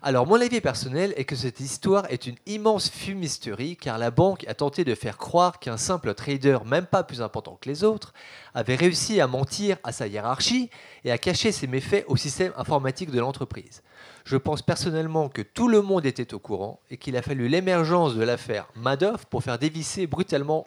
Speaker 7: Alors mon avis personnel est que cette histoire est une immense fumisterie car la banque a tenté de faire croire qu'un simple trader, même pas plus important que les autres, avait réussi à mentir à sa hiérarchie et à cacher ses méfaits au système informatique de l'entreprise. Je pense personnellement que tout le monde était au courant et qu'il a fallu l'émergence de l'affaire Madoff pour faire dévisser brutalement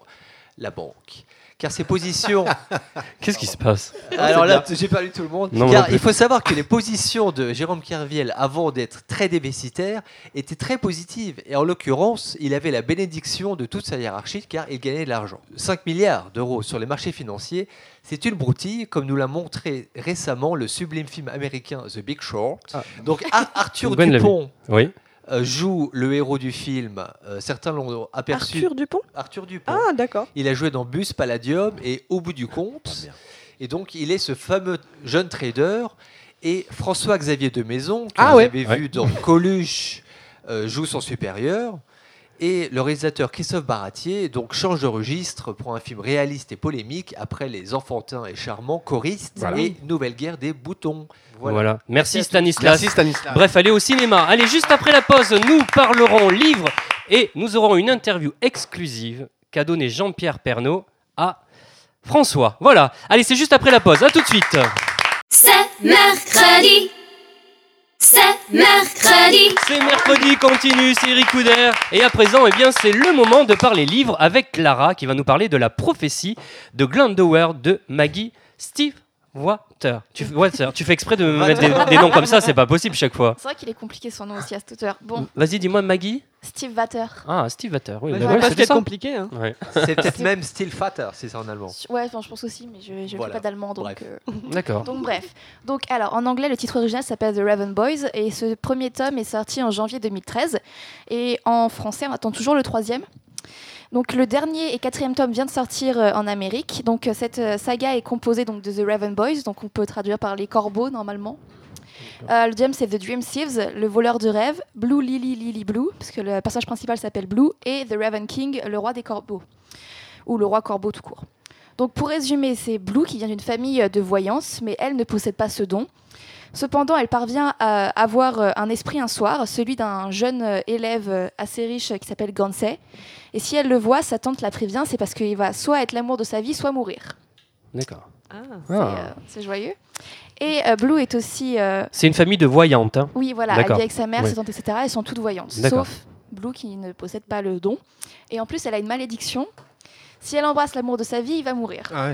Speaker 7: la banque. car ses positions.
Speaker 3: Qu'est-ce qui se passe
Speaker 7: Alors là, j'ai pas lu tout le monde.
Speaker 3: Non, moi non
Speaker 7: car
Speaker 3: plus.
Speaker 7: il faut savoir que les positions de Jérôme Kerviel, avant d'être très débécitaire, étaient très positives. Et en l'occurrence, il avait la bénédiction de toute sa hiérarchie, car il gagnait de l'argent. 5 milliards d'euros sur les marchés financiers, c'est une broutille, comme nous l'a montré récemment le sublime film américain The Big Short. Donc Ar- Arthur
Speaker 3: Ben l'a vu.
Speaker 7: Dupont.
Speaker 3: Oui.
Speaker 7: euh, joue le héros du film. Euh, certains l'ont aperçu.
Speaker 6: Arthur Dupont
Speaker 7: Arthur Dupont.
Speaker 6: Ah, d'accord.
Speaker 7: Il a joué dans Bus Palladium et au bout du compte. Et donc, il est ce fameux jeune trader. Et François-Xavier de Maison, que
Speaker 5: Ah
Speaker 7: vous
Speaker 5: ouais.
Speaker 7: avez
Speaker 5: Ouais.
Speaker 7: vu dans Coluche, euh, joue son supérieur. Et le réalisateur Christophe Baratier donc change de registre pour un film réaliste et polémique après Les Enfantins et Charmants, Choristes
Speaker 3: Voilà.
Speaker 7: et Nouvelle Guerre des Boutons.
Speaker 3: Voilà.
Speaker 7: Voilà.
Speaker 3: Merci
Speaker 7: Merci à tous.
Speaker 3: Stanislas.
Speaker 7: Merci, Stanislas.
Speaker 3: Bref, allez au cinéma. Allez, juste après la pause, nous parlerons livre et nous aurons une interview exclusive qu'a donnée Jean-Pierre Pernaud à François. Voilà. Allez, c'est juste après la pause. À tout de suite.
Speaker 2: C'est mercredi. C'est mercredi.
Speaker 3: C'est mercredi, continue, c'est Eric Couder. Et à présent, eh bien, c'est le moment de parler livre avec Clara qui va nous parler de la prophétie de Glendower de Maggie Steve Water. Tu, f- Water, tu fais exprès de me mettre des, des noms comme ça, c'est pas possible chaque fois.
Speaker 11: C'est vrai qu'il est compliqué son nom aussi à cette heure. Bon,
Speaker 3: Vas-y, dis-moi Maggie.
Speaker 11: Steve Vater.
Speaker 3: Ah, Steve Water, oui.
Speaker 7: Ouais,
Speaker 3: bah
Speaker 7: je
Speaker 3: ouais,
Speaker 7: vois pas
Speaker 3: c'était
Speaker 7: ce qu'il y a de
Speaker 3: ça.
Speaker 7: compliqué, hein.
Speaker 3: Ouais.
Speaker 7: C'est peut-être même Still Fatter, c'est ça en allemand.
Speaker 11: Ouais, enfin, je pense aussi, mais je, je
Speaker 7: Voilà.
Speaker 11: fais pas d'allemand, donc.
Speaker 7: Bref.
Speaker 11: euh,
Speaker 7: D'accord.
Speaker 11: Donc bref. Donc alors, en anglais, le titre original s'appelle The Raven Boys et ce premier tome est sorti en janvier 2013 et en français, on attend toujours le troisième. Donc le dernier et quatrième tome vient de sortir euh, en Amérique. Donc euh, cette euh, saga est composée donc de The Raven Boys, donc on peut traduire par les corbeaux normalement. Euh, le deuxième c'est The Dream Thieves, le voleur de rêve, Blue Lily Lily Blue, parce que le personnage principal s'appelle Blue, et The Raven King, le roi des corbeaux, ou le roi corbeau tout court. Donc pour résumer, c'est Blue qui vient d'une famille euh, de voyance, mais elle ne possède pas ce don. Cependant, elle parvient à avoir euh, un esprit un soir, celui d'un jeune euh, élève euh, assez riche euh, qui s'appelle Gansey. Et si elle le voit, sa tante la prévient, c'est parce qu'il va soit être l'amour de sa vie, soit mourir.
Speaker 3: D'accord.
Speaker 11: C'est,
Speaker 6: Ah.
Speaker 11: euh, C'est joyeux. Et euh, Blue est aussi... euh,
Speaker 3: C'est une famille de voyantes. hein.
Speaker 11: oui, voilà, elle vit
Speaker 3: D'accord.
Speaker 11: avec sa mère,
Speaker 3: Ouais.
Speaker 11: ses tantes, etc. Elles sont toutes voyantes,
Speaker 3: D'accord.
Speaker 11: sauf Blue qui ne possède pas le don. Et en plus, elle a une malédiction. Si elle embrasse l'amour de sa vie, il va mourir.
Speaker 5: Ah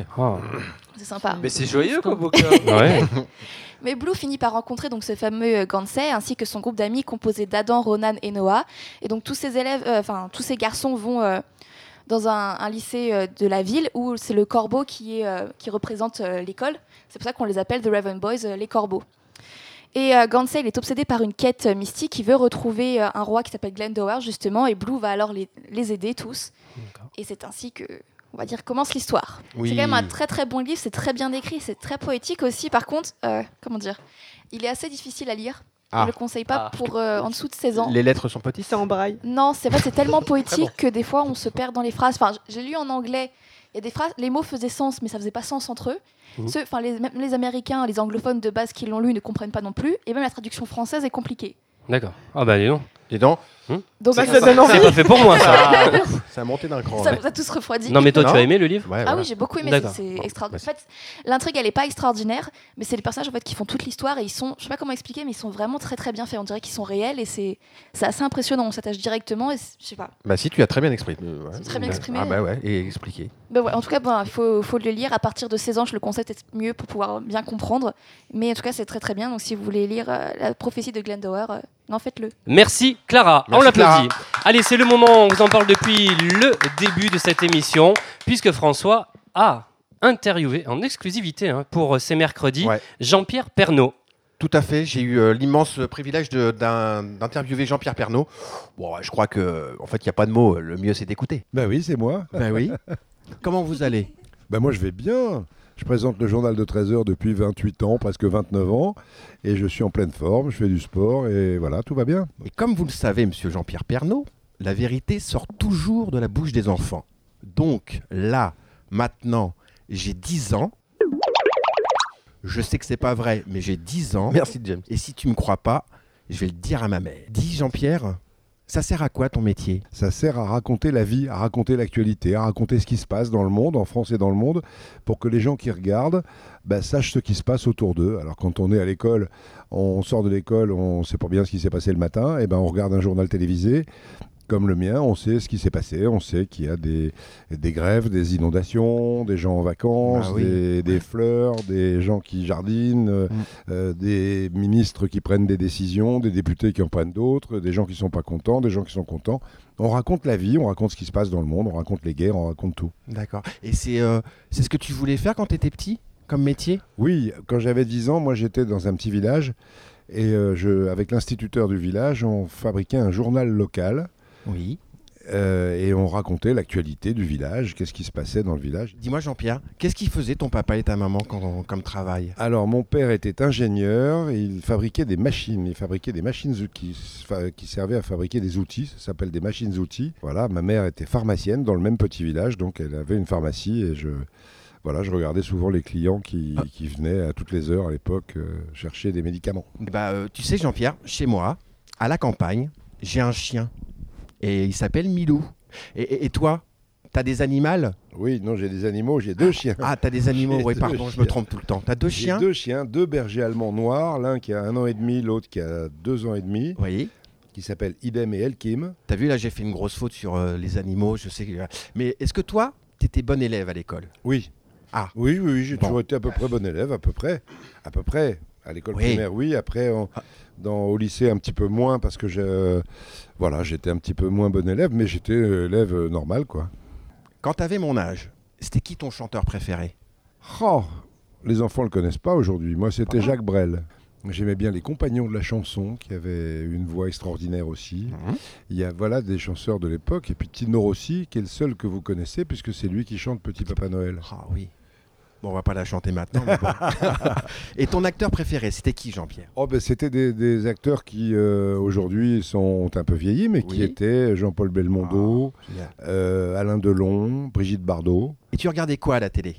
Speaker 11: C'est sympa. hein.
Speaker 7: Mais c'est joyeux comme bouquin.
Speaker 3: Oh. Ouais.
Speaker 11: Mais Blue finit par rencontrer donc ce fameux euh, Gansey ainsi que son groupe d'amis composé d'Adam, Ronan et Noah. Et donc tous ces élèves, euh, enfin tous ces garçons vont euh, dans un, un lycée euh, de la ville où c'est le corbeau qui, est, euh, qui représente euh, l'école. C'est pour ça qu'on les appelle The Raven Boys, euh, les corbeaux. Et euh, Gansey, il est obsédé par une quête euh, mystique. Il veut retrouver euh, un roi qui s'appelle Glendower, justement, et Blue va alors les, les aider tous. Et c'est ainsi que, on va dire, commence l'histoire.
Speaker 5: Oui.
Speaker 11: C'est quand même un très très bon livre, c'est très bien écrit, c'est très poétique aussi. Par contre, euh, comment dire, il est assez difficile à lire. On
Speaker 5: Ah.
Speaker 11: ne le conseille pas
Speaker 5: Ah.
Speaker 11: pour euh, en dessous de 16 ans.
Speaker 5: Les lettres sont petites.
Speaker 6: C'est en braille.
Speaker 11: Non, c'est vrai, c'est tellement poétique que des fois on se perd dans les phrases. Enfin, j'ai lu en anglais, il y a des phrases, les mots faisaient sens, mais ça faisait pas sens entre eux.
Speaker 5: Mmh.
Speaker 3: Mhm.
Speaker 11: Ceux- Enfin, les, même les Américains, les anglophones de base qui l'ont lu ne comprennent pas non plus, et même la traduction française est compliquée.
Speaker 3: D'accord. Ah bah dis donc. Hmm
Speaker 5: Dis donc.
Speaker 11: Donc,
Speaker 5: Ça,
Speaker 11: ça
Speaker 5: ça
Speaker 11: donne
Speaker 5: donne
Speaker 3: C'est
Speaker 5: envie.
Speaker 3: pas fait pour moi ça.
Speaker 5: Ah, ouf, ça a monté d'un cran. hein.
Speaker 11: Ça
Speaker 5: ouais.
Speaker 11: vous a tous refroidi.
Speaker 3: Non, mais toi, tu as aimé le livre Ouais,
Speaker 11: Ah
Speaker 3: voilà.
Speaker 11: oui, j'ai beaucoup aimé.
Speaker 3: D'accord.
Speaker 11: c'est- C'est
Speaker 3: Bon,
Speaker 11: extraordinaire.
Speaker 3: bah,
Speaker 11: En fait, l'intrigue, elle est pas extraordinaire, mais c'est les personnages en fait qui font toute l'histoire et ils sont, je sais pas comment expliquer, mais ils sont vraiment très très bien faits. On dirait qu'ils sont réels et c'est c'est assez impressionnant. On s'attache directement et c'est- je sais pas.
Speaker 5: Bah si, tu as très bien exprimé. euh, ouais.
Speaker 11: C'est très bien exprimé.
Speaker 5: Ah bah ouais, et expliqué.
Speaker 11: Ben ouais, en tout cas, bon, il faut, faut le lire. À partir de 16 ans, je le conseille peut-être mieux pour pouvoir bien comprendre. Mais en tout cas, c'est très très bien. Donc, si vous voulez lire euh, La prophétie de Glendower, euh, non, faites-le.
Speaker 3: Merci Clara, on
Speaker 5: Merci,
Speaker 3: l'applaudit. Allez, c'est le moment, on vous en parle depuis le début de cette émission, puisque François a interviewé en exclusivité hein, pour ces mercredis Jean-Pierre Pernaud.
Speaker 5: Tout à fait, j'ai eu euh, l'immense privilège de- d'un- d'interviewer Jean-Pierre Pernaud. Bon, je crois que en fait, il n'y a pas de mots, le mieux c'est d'écouter.
Speaker 13: Ben oui, c'est moi.
Speaker 5: Ben oui. Comment vous allez
Speaker 13: Ben moi, je vais bien. Je présente le journal de 13 heures depuis 28 ans, presque 29 ans, et je suis en pleine forme, je fais du sport, et voilà, tout va bien.
Speaker 5: Et comme vous le savez, monsieur Jean-Pierre Pernaud, la vérité sort toujours de la bouche des enfants. Donc là, maintenant, j'ai 10 ans. Je sais que c'est pas vrai, mais j'ai 10 ans. Merci James. Et si tu me crois pas, je vais le dire à ma mère. Dis Jean-Pierre, ça sert à quoi ton métier
Speaker 13: Ça sert à raconter la vie, à raconter l'actualité, à raconter ce qui se passe dans le monde, en France et dans le monde, pour que les gens qui regardent bah, sachent ce qui se passe autour d'eux. Alors quand on est à l'école, on sort de l'école, on sait pas bien ce qui s'est passé le matin, et ben on regarde un journal télévisé. comme le mien, on sait ce qui s'est passé, on sait qu'il y a des, des grèves, des inondations, des gens en vacances,
Speaker 5: Bah
Speaker 12: Ah oui.
Speaker 13: des, des fleurs, des gens qui jardinent, euh,
Speaker 14: Mm.
Speaker 13: euh, des ministres qui prennent des décisions, des députés qui en prennent d'autres, des gens qui sont pas contents, des gens qui sont contents. On raconte la vie, on raconte ce qui se passe dans le monde, on raconte les guerres, on raconte tout.
Speaker 14: D'accord. Et c'est euh, c'est ce que tu voulais faire quand tu étais petit, comme métier
Speaker 13: Oui, quand j'avais 10 ans, moi j'étais dans un petit village et euh, je, avec l'instituteur du village, on fabriquait un journal local. euh,
Speaker 14: Oui.
Speaker 13: et on racontait l'actualité du village, qu'est-ce qui se passait dans le village.
Speaker 14: Dis-moi, Jean-Pierre, qu'est-ce qu'ils faisaient ton papa et ta maman quand- comme travail
Speaker 13: Alors, mon père était ingénieur, et il fabriquait des machines. Il fabriquait des machines qui, s- fa- qui servaient à fabriquer des outils. Ça s'appelle des machines-outils. Voilà, ma mère était pharmacienne dans le même petit village, donc elle avait une pharmacie et je. Voilà, je regardais souvent les clients qui,
Speaker 14: Ah.
Speaker 13: qui venaient à toutes les heures à l'époque euh, chercher des médicaments.
Speaker 14: Eh ben, euh, tu sais, Jean-Pierre, chez moi, à la campagne, j'ai un chien. Et il s'appelle Milou. Et, et- et toi T'as des animaux
Speaker 13: Oui, non, j'ai des animaux, j'ai deux chiens.
Speaker 14: Ah, t'as des animaux,
Speaker 13: J'ai
Speaker 14: oui,
Speaker 13: deux
Speaker 14: pardon, je
Speaker 13: chiens.
Speaker 14: me trompe tout le temps. T'as deux
Speaker 13: J'ai
Speaker 14: chiens
Speaker 13: Deux chiens, deux bergers allemands noirs, l'un qui a un an et demi, l'autre qui a deux ans et demi.
Speaker 14: Oui.
Speaker 13: Qui s'appelle Idem et Elkim.
Speaker 14: T'as vu, là, j'ai fait une grosse faute sur euh, les animaux, je sais. que- Mais est-ce que toi, t'étais bon élève à l'école
Speaker 13: Oui.
Speaker 14: Ah.
Speaker 13: Oui, oui, oui, j'ai toujours été à peu près bon élève, à peu près. À peu près. À l'école
Speaker 14: Oui. Ah.
Speaker 13: primaire, oui. Après, en- dans, au lycée, un petit peu moins, parce que je, voilà, j'étais un petit peu moins bon élève, mais j'étais euh, élève euh, normal, quoi.
Speaker 14: Quand t'avais mon âge, c'était qui ton chanteur préféré
Speaker 13: Oh, les enfants le connaissent pas aujourd'hui. Moi,
Speaker 14: Ah
Speaker 13: c'était Jacques Brel. J'aimais bien les compagnons de la chanson, qui avaient une voix extraordinaire aussi.
Speaker 14: Mhm.
Speaker 13: Il y a voilà des chanseurs de l'époque, et puis Tino Rossi, qui est le seul que vous connaissez, puisque c'est lui qui chante Petit Papa Noël.
Speaker 14: Ah oui. Bon, on va pas la chanter maintenant. mais bon. Et ton acteur préféré, c'était qui, Jean-Pierre
Speaker 13: Oh ben, c'était des, des acteurs qui euh, aujourd'hui sont un peu vieillis, mais qui
Speaker 14: Oui. Ah,
Speaker 13: étaient Jean-Paul Belmondo,
Speaker 14: génial.
Speaker 13: euh, Alain Delon, Brigitte Bardot.
Speaker 14: Et tu regardais quoi à la télé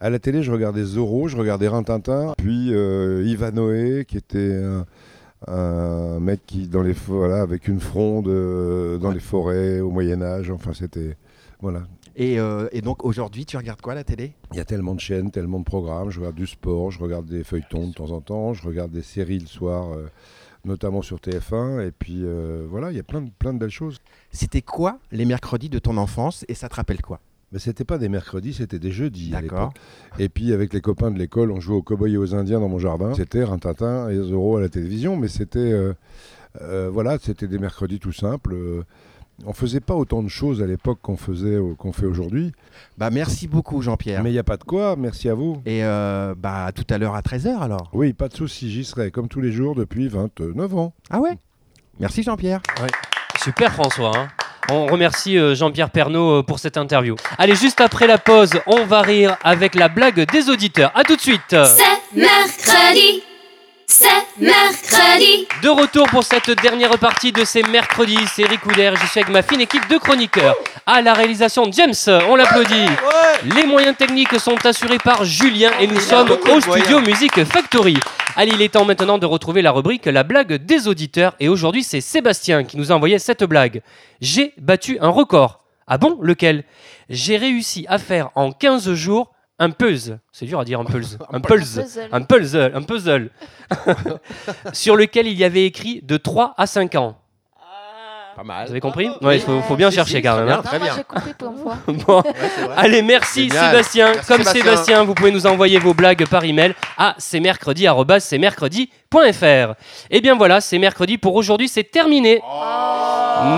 Speaker 13: À la télé, je regardais Zorro, je regardais Rintintin, puis euh, Ivan Noé, qui était un, un mec qui dans les fo- voilà, avec une fronde euh, dans les forêts au Moyen Âge. Enfin, c'était voilà.
Speaker 14: Et, euh, et donc aujourd'hui, tu regardes quoi à la télé
Speaker 13: Il y a tellement de chaînes, tellement de programmes. Je regarde du sport, je regarde des feuilletons de temps en temps, je regarde des séries le soir, euh, notamment sur TF1. Et puis euh, voilà, il y a plein de, plein de belles choses.
Speaker 14: C'était quoi les mercredis de ton enfance et ça te rappelle quoi
Speaker 13: Mais c'était pas des mercredis, c'était des jeudis. à
Speaker 14: D'accord.
Speaker 13: l'époque. Et puis avec les copains de l'école, on jouait aux cow-boys et aux indiens dans mon jardin. C'était Rintintin et Zorro à la télévision, mais c'était euh, euh, voilà, c'était des mercredis tout simples. Euh, On faisait pas autant de choses à l'époque qu'on faisait qu'on fait aujourd'hui.
Speaker 14: Bah merci beaucoup Jean-Pierre.
Speaker 13: Mais il y a pas de quoi, merci à vous.
Speaker 14: Et euh, bah à tout à l'heure à 13h alors.
Speaker 13: Oui, pas de souci, j'y serai comme tous les jours depuis 29 ans.
Speaker 14: Ah ouais Merci Jean-Pierre.
Speaker 3: Super François. hein. On remercie euh, Jean-Pierre Pernaud euh, pour cette interview. Allez, juste après la pause, on va rire avec la blague des auditeurs. À tout de suite.
Speaker 2: C'est mercredi. C'est mercredi.
Speaker 3: De retour pour cette dernière partie de ces mercredis, c'est Rick Wheeler. Je suis avec ma fine équipe de chroniqueurs. À la réalisation, James, on l'applaudit. Les moyens techniques sont assurés par Julien et nous
Speaker 7: Il a
Speaker 3: sommes
Speaker 7: beaucoup
Speaker 3: au
Speaker 7: de moyens.
Speaker 3: studio Music Factory. Allez, il est temps maintenant de retrouver la rubrique La blague des auditeurs. Et aujourd'hui, c'est Sébastien qui nous a envoyé cette blague. J'ai battu un record. Ah bon Lequel J'ai réussi à faire en 15 jours un puzzle. C'est dur à dire un puzzle. Un puzzle.
Speaker 7: puzzle.
Speaker 3: Un puzzle. Un puzzle. Sur lequel il y avait écrit de 3 à 5 ans.
Speaker 5: Pas mal.
Speaker 3: Vous avez compris Oui, il faut, faut bien
Speaker 5: Si,
Speaker 3: chercher
Speaker 5: si,
Speaker 3: quand
Speaker 5: très
Speaker 3: même.
Speaker 5: bien,
Speaker 3: hein.
Speaker 5: très bien. Ah, j'ai
Speaker 11: compris pour une fois.
Speaker 3: Bon. Allez, merci
Speaker 5: Génial.
Speaker 3: Sébastien.
Speaker 5: Merci,
Speaker 3: Comme Sébastien.
Speaker 5: Sébastien.
Speaker 3: vous pouvez nous envoyer vos blagues par email à cmercredi.fr. Et Eh bien voilà, c'est mercredi pour aujourd'hui, c'est terminé.
Speaker 5: Oh.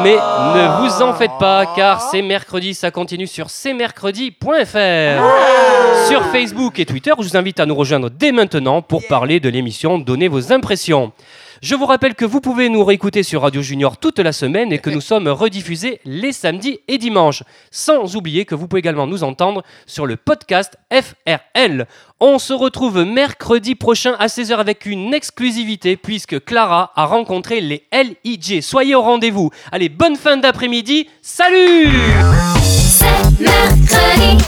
Speaker 3: Mais ne vous en faites pas, car c'est mercredi, ça continue sur cmercredi.fr. Sur Facebook et Twitter, je vous invite à nous rejoindre dès maintenant pour parler de l'émission, donner vos impressions. Je vous rappelle que vous pouvez nous réécouter sur Radio Junior toute la semaine et que nous sommes rediffusés les samedis et dimanches. Sans oublier que vous pouvez également nous entendre sur le podcast FRL. On se retrouve mercredi prochain à 16h avec une exclusivité puisque Clara a rencontré les LIJ. Soyez au rendez-vous. Allez, bonne fin d'après-midi. Salut
Speaker 2: C'est mercredi.